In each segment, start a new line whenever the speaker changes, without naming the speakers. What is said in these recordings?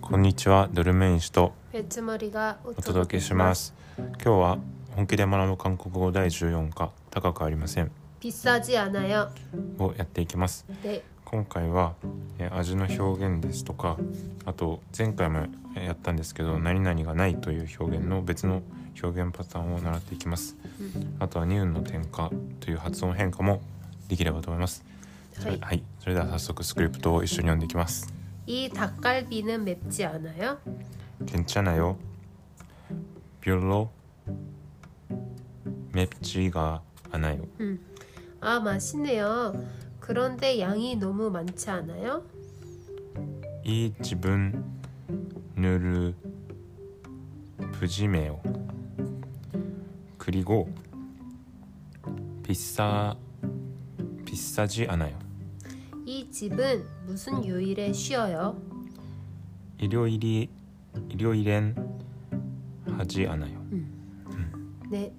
こんにちは、ドルメイン氏と
別森がお
お届けします。今日は本気で学ぶ韓国語第14課高くありません
ピッサジアナよ
をやっていきます。
で
今回は、えー味の表現ですとか、あと前回もえーやったんですけど、何々がないという表現の別の表現パターンを習っていきます。あとはニュンの転化という発音変化もできればと思います。そ
は
れ
い
はい、それでは早速スクリプトを一緒に読んでいきます。
이 닭갈비는 맵지 않아요?
괜찮아요. 별로 맵지가 않아요.
아 맛있네요. 그런데 양이 너무 많지 않아요?
이 집은 누르 부지매요. 그리고 비싸 비싸지 않아요.
이 집은 무슨 요일에 쉬어요?
일요일이 일요일엔 하지 않아요.
네.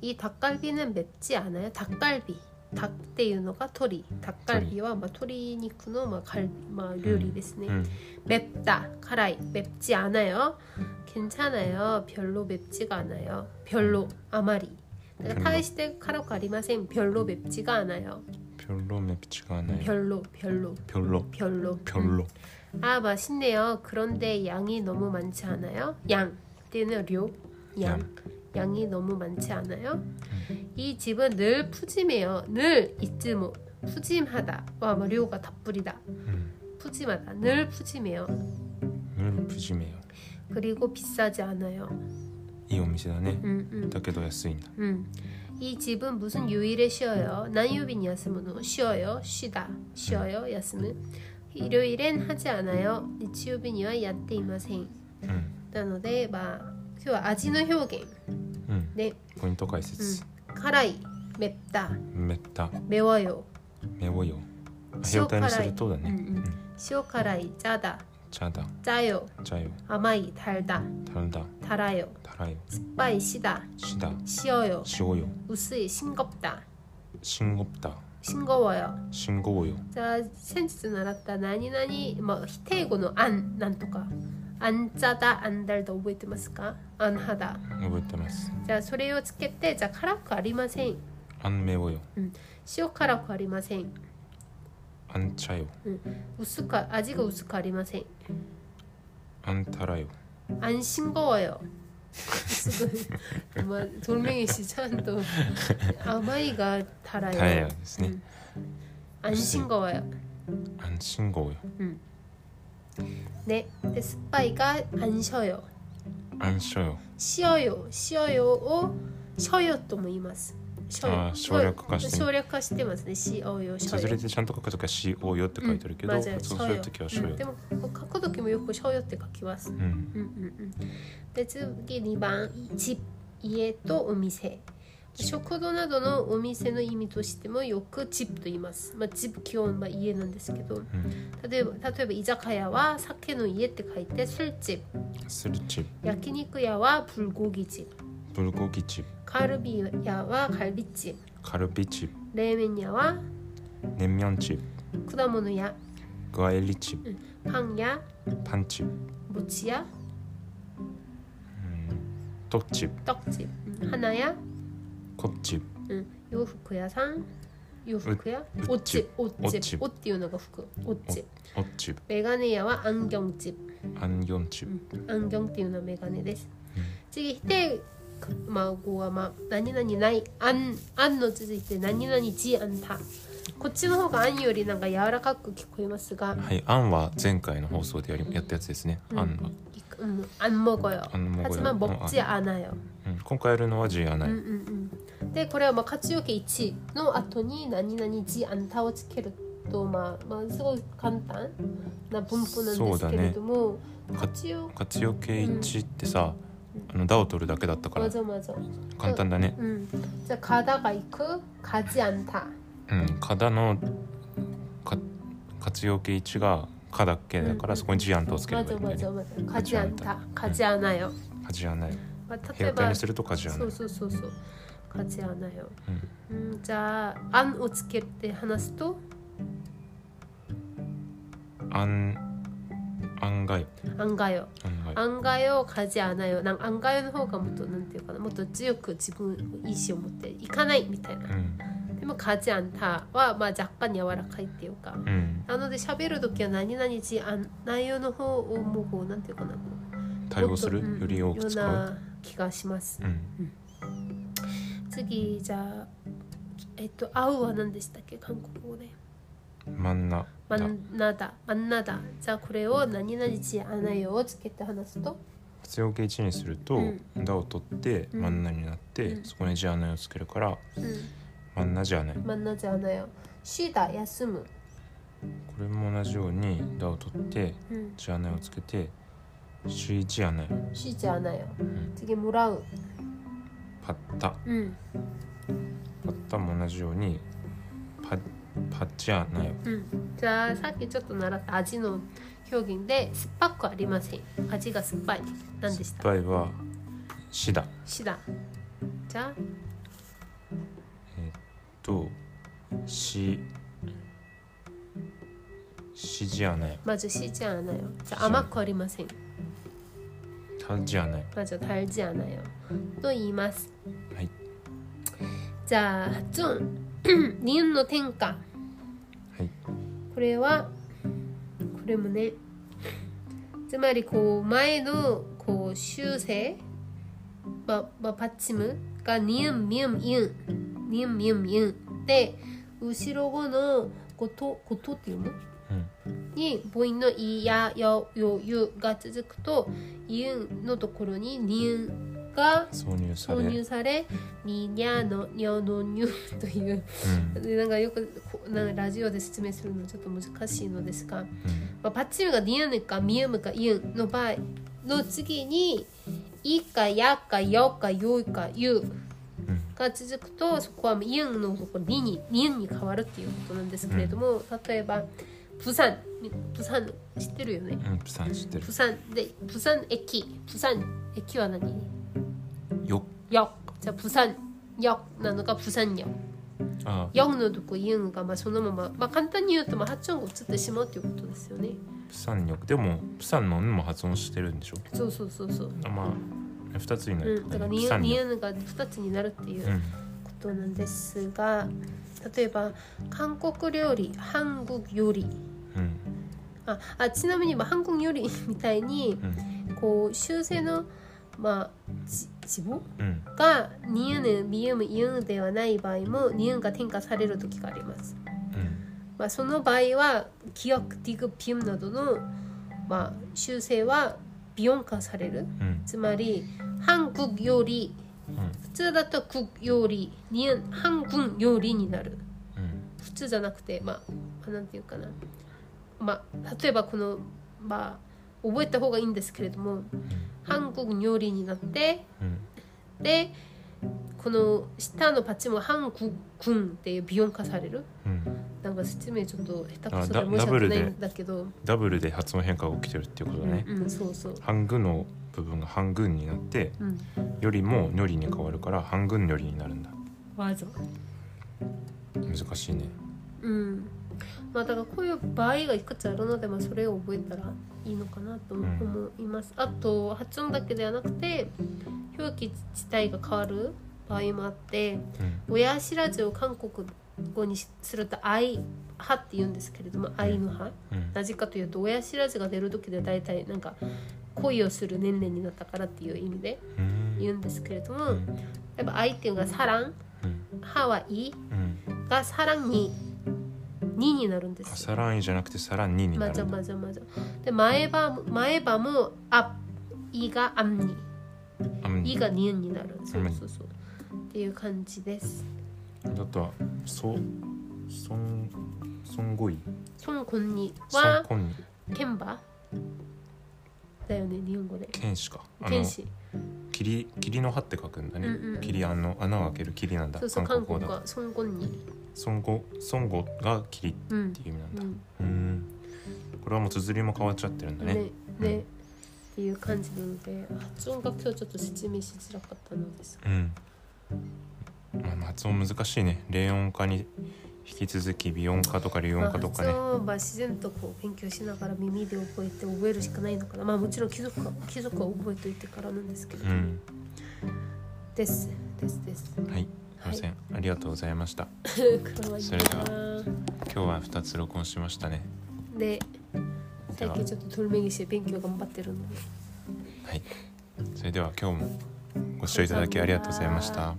이 닭갈비는 맵지 않아요? 닭갈비. 닭대 유노가 토리. 닭갈비와 막 토리니쿠노 막 갈비 막 요리 ですね
음,
맵다, 카라이, 맵지 않아요. 괜찮아요. 별로 맵지가 않아요. 별로, 아마리. 그러니까
별로.
타이시대 카라고 아리마셈 별로 맵지가 않아요.
별로 맵지가 않아요.
별로, 별로,
별로
별로.
별로
아 맛있네요. 그런데 양이 너무 많지 않아요? 양, 때는 료, 양.
양.
양이 너무 많지 않아요? 이 집은 늘 푸짐해요. 늘 이쯤 푸짐하다. 와, 뭐 료가 답불이다.
음,
푸짐하다. 늘 푸짐해요.
누르 부지매요.
그리고 비싸지 않아요.
이 음식안에
음, 음.
だけど安いんだ
음. 이 집은 무슨 요일에 쉬어요? 난유빈 야스무노 쉬어요 쉬다 쉬어요 야스무 일요일엔 하지 않아요 니치유빈이와 야떼이마생
うん
나노데 마今日は味の表現
うん
ね
ポイント解説、
辛い맵다
めった
매워요
めぼよ
塩
平た
辛い
いにするとだね、
음, 음. 시오카라이 짜다
茶だ
짜요
茶よ
아마이 달다
たるだ
달아요
たらよ
스파이 시다
しだ
시어요
塩よ
우스이 싱겁다
しんごぶた
싱거워요
しんごうよ
자 센스 나갔다 나니나니 뭐 히테이고노 안 난토가 안 짜다 안 달다 오보이테마스까 안 하다
覚えてます
자 소레요 츠케떼 자 카라쿠 아리마생
あんめぼよ
시오 카라쿠 아리마생
あん茶よ
우스카 아직 우스카 아리마생
あんたらよ
안 싱거워요 뭐 돌멩이 시찬도 아마이가
たら
달아요
よですね、
안 싱거워요
あんしんごうよ
네 근데 스파이가 안 쉬어요
あんしょよ
쉬어요 쉬어요 오 쉬어요 또も言います쉬어요
あー省略化して
省略化してますね쉬어요
それ
쉬어요
でちゃんと書くときはしおうよって書いてるけど、
맞아요
そうするときはしょ
쉬어요
よ
음, 、でも書く時もよく 쉬어요 って書きます
うん
で次2番「집」「家」と「お店」食堂などのお店の意味としてもよく「집」と言います。まあ、집基本は家なんですけど、例えば例えば居酒屋は酒の家って書いて술집、
するち
焼き肉屋は불고기집、
ブルゴギチ
갈비야와 갈비찜,
カルビチ
레멘야와
ネンミョンチ
쿠다모노야,
グアエリチ
빵야,
パンチ
모치야,
떡집,
떡집, 하나야,
컵집,
응, 요후쿠야상, 요후쿠야,
옷-
옷집, 옷집,
옷집.
옷띠우는가 후쿠, 옷집,
옷집,
메가네야와 안경집,
안경집,
안경띠우는 메가네です. 지금 히테 마고와 마 나니나니 나이 안 안노 쯔쯔이때 나니나니 지 않다. こっちの方が「あん」よりなんか柔らかく聞こえますが
はい、あんは前回の放送でやりやったやつですね。あんは、
음, 안 먹어요.
안 먹어요.
하지만 먹지
어,
않아요.
うん、今回やるのは G アナイ。
음, 음. 근데 그래요. 막 카츠요케 이치 노 아토니 나니나니지 안타워 치케르 또막막すごい 간단 나 분포는
そうだね。
ですけれども 카츠요
活用形一ってさ、あのダを取るだけだったから、
맞아 맞아.
簡単だね。
음. 자 가다가 이크 가지 않다.
うん、かだの。か、活用形一が、かだっけだか
うんうん
ら、そこに G アンとつければい
맞아
いんだ
맞아
よね。
맞아. 가지
않다.
않다. 가지 않아요.
かじアナイ。平た
막,
い
例えば
にするとかじアナイ。
소소소소 가지 않아요.
음.
음, 자 안오 치케르 때 하나스 또
あん、あ案外
안 가요.
案外
안 가요. 가지 않아요. 난 안 가요의 方がもっとなんていうかな、もっと強く自分の意思を持って行かないみたいな
う。ん
でも가지않다はまあ若干柔らかいっていうか。
うん
なので喋る時は何々しあ内容の方をもうこうなんていうかな。こう
対応する
もっとうん
より多く使
よう
う
な気がします
う。ん
次じゃあえっと会うは何でしたっけ韓国語で。
真ん中
만나다만나다じゃあこれを何々しあなよをつけて話すと。
必要形1にすると
うん
「だ」を取って
うん
真ん中になって、
うん
そこに「じゃない」をつけるから
うん
「真ん中じゃない」こ
만나지않아요 쉬다休む。
れも同じように「だ」を取って
うん
「じゃない」をつけて「しじゃない」
쉬지 않아요.
음.
되게 뭐라우.
「パッタ」
응.
パッタも同じように「パッパッじゃない」
응. 자, 사기 조금 알았다. 아지노 효기인데 스파크 아리마세. 아지가 스파이. 난데
酸っ
다
ぱいは「し」だ
시다. 자,
と「し」「しじゃない」
맞아 쉬지 않아요. 자, 아마코 아리마세.
「た」じゃない
맞아 달지 않아요. 또 이마스.
はい
자, 좀 니은노 텐가.
はい
これはこれもねつまりこう前のこう修正、まま、パッチムがニュンミュンユンニュンミュンユンで後ろ語のことことっていうの
うん
に母音の「いや」「や」「よ」「ゆ」が続くと「ユン」のところに「ニュン」が
挿入され
挿入され「ににゃのにゃのにゅ」という
うん
でなんかよくこうなんかラジオで説明するのちょっと難しいのですが、
うん
まあ、パッチムがニュンかミュムかユンの場合の次に「い」か「や」か「よ」か「よい」か「ゆ」が続くとそこはユンのところにに「ニュン」に変わるっていうことなんですけれども、例えば「釜山」「釜山」知ってるよね
うんプサン知ってる
釜山で「釜山駅」「釜山駅」は何
よ
よじゃあ釜山よなのか釜山よ
あ
4のとこ言うのが、まあ、そのまま、まあ、簡単に言うと、まあ、発音が移ってしまうということですよね。
プサンよでもプサンの「ん」も発音してるんでしょ
そうそうそうそう。
あまあ二つにな
う
る
ん、だから、
プ
に
サン
に
よ
やぬが2つになるっていううんことなんですが、例えば、韓国料理、韓国料理。
うん
あ、あちなみに、まあ、韓国料 理みたいに、
うん
こう、修正の、まあ、じ、地母
うん
が、にやぬ、みゆむ、ゆむではない場合も、にやぬが転化される時があります。
うん
まあ、その場合は記憶ディグピウムなどの、まあ、修正はビヨン化される
うん
つまり韓国より
うん
普通だと国よりに韓国よりになる
うん
普通じゃなくてまあまあなんていうかな、まあ、例えばこの、まあ、覚えた方がいいんですけれども韓国よりになって
うん
でこの下のパッチも韓国軍っていうビヨン化される
うん
なんか説明ちょっと下手く
あ
そ
ダ
で申し
ダブ
訳
ル
な
で
いんだけど、
ダブルで発音変化が起きてるっていうことだね
うんうん、そうそう、
半グの部分が半グンになって
うん、
よりもニョリに変わるから半グンニョリになるんだ
わざ、
難しいね
うん、まあだからこういう場合がいくつあるので、まあ、それを覚えたらいいのかなと思います、あと発音だけではなくて表記自体が変わる場合もあって
うん
親知らずを韓国語にしすると「愛派」って言うんですけれども「愛の派」
うん
なぜかというと親知らずが出る時で大体なんか恋をする年齢になったからっていう意味で
うん
言うんですけれども、
うん
やっぱ愛っていうのが「サラン」
うん
ハワイ
うん
がさらに2になるんで
あ
すよ。
さらんいじゃなくてさらににな
まじ
る
ゃ
んだ
まじゃまじゃ。で前歯も前歯もアップイがアンに
あうん
イがニュンになる。そううんそうそう。っていう感じです。
だとはそそんそんごい
ソンコンニ
そん
は
こんに
ケンバだよね日本語で。
剣士かあ
剣
の
士。
霧霧の葉って書くんだね、
うんうん
霧あの穴を開ける霧なんだ
そうそう
韓
韓
国
国
語だ
はソンコンニ。
孫悟孫悟が霧っ
うん
て。いう意味なん
う
だ
ん
うんこれはもう綴りも変わっちゃってるんだね
ねね。っていう感じなので発音が今日ちょっと説明しづらかったのですが
うん、まあ、発音難しいね冷音化に引き続き美音化とか流
まあ
音化とかね、
発音は自然とこう勉強しながら耳で覚えて覚えるしかないのかなまあもちろん貴族は貴族は覚えといてからなんですけれど、
うん
ですです です
はいすいません、ありがとうございました
黒い
それで
な
今日は2つ録音しましたね
で
で
最
は
近ちょっとトルメギして勉強頑張ってるので
はいそれでは今日もご視聴いただきありがとうございました